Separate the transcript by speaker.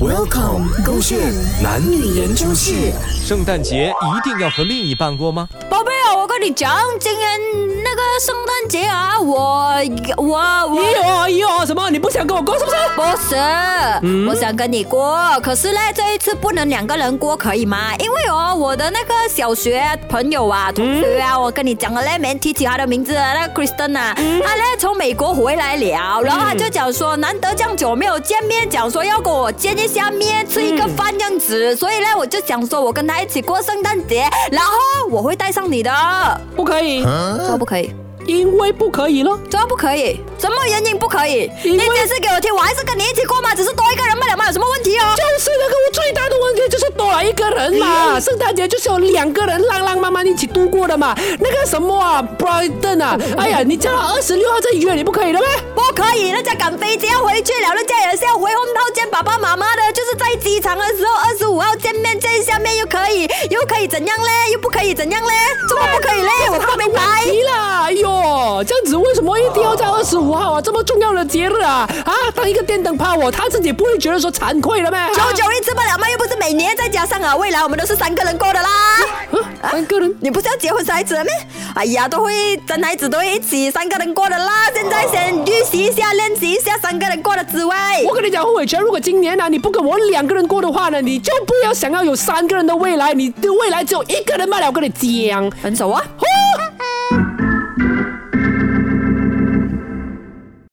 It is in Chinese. Speaker 1: Welcome，勾线男女研究室。
Speaker 2: 圣诞节一定要和另一半过吗？
Speaker 3: 宝贝啊，我跟你讲，今天那个圣诞节啊，我我我
Speaker 4: 咦哦咦哦，什么？你不想跟我过是不是？
Speaker 3: 不是，我想跟你过，可是呢，这一次不能两个人过，可以吗？因为哦，我的那个小学朋友啊，同学啊，我跟你讲了嘞，没提起他的名字了，那个 Kristen 啊，他呢从美国回来了，然后他就讲说，难得这样久没有见面，讲说要跟我见一下面，吃一个饭这样子，所以呢，我就想说我跟他一起过圣诞节，然后我会带上你的，
Speaker 4: 不可以，
Speaker 3: 这不可以。
Speaker 4: 因为不可以咯。
Speaker 3: 怎么不可以？什么原因不可以？
Speaker 4: 因为
Speaker 3: 你解释给我听，我还是跟你一起过嘛，只是多一个人罢了嘛，有什么问题哦？
Speaker 4: 就是那个我最大的问题就是多了一个人嘛，圣诞节就是有两个人浪浪漫漫一起度过的嘛。那个什么啊，Brighton 啊，哎呀，你叫他二十六号再约你不可以的咩？
Speaker 3: 不可以，人家赶飞机要回去了，人家也是要回 home 到见爸爸妈妈的，就是在机场的时候，二十五号见面见一下面又可以，又可以怎样嘞？又不可以怎样嘞？怎么不可 以嘞？我不明白。
Speaker 4: 急啦，哎呦，这样子为什么一定要在二十五号啊？这么重要的节日啊，啊，当一个电灯泡我，他自己不会觉得说惭愧了咩？啊
Speaker 3: 久久一次不了嘛，又不是每年，再加上啊，未来我们都是三个人过的啦。
Speaker 4: 啊，三个人。
Speaker 3: 你不是要结婚生孩子了咩？哎呀，都会生孩子都会一起三个人过的啦。现在先预习一下，练习一下三个人过的滋味。
Speaker 4: 我跟你讲，后伟全，如果今年呢、你不跟我两个人过的话呢，你就不要想要有三个人的未来，你的未来只有一个人罢了。我跟你讲，
Speaker 3: 分手啊！
Speaker 4: 哦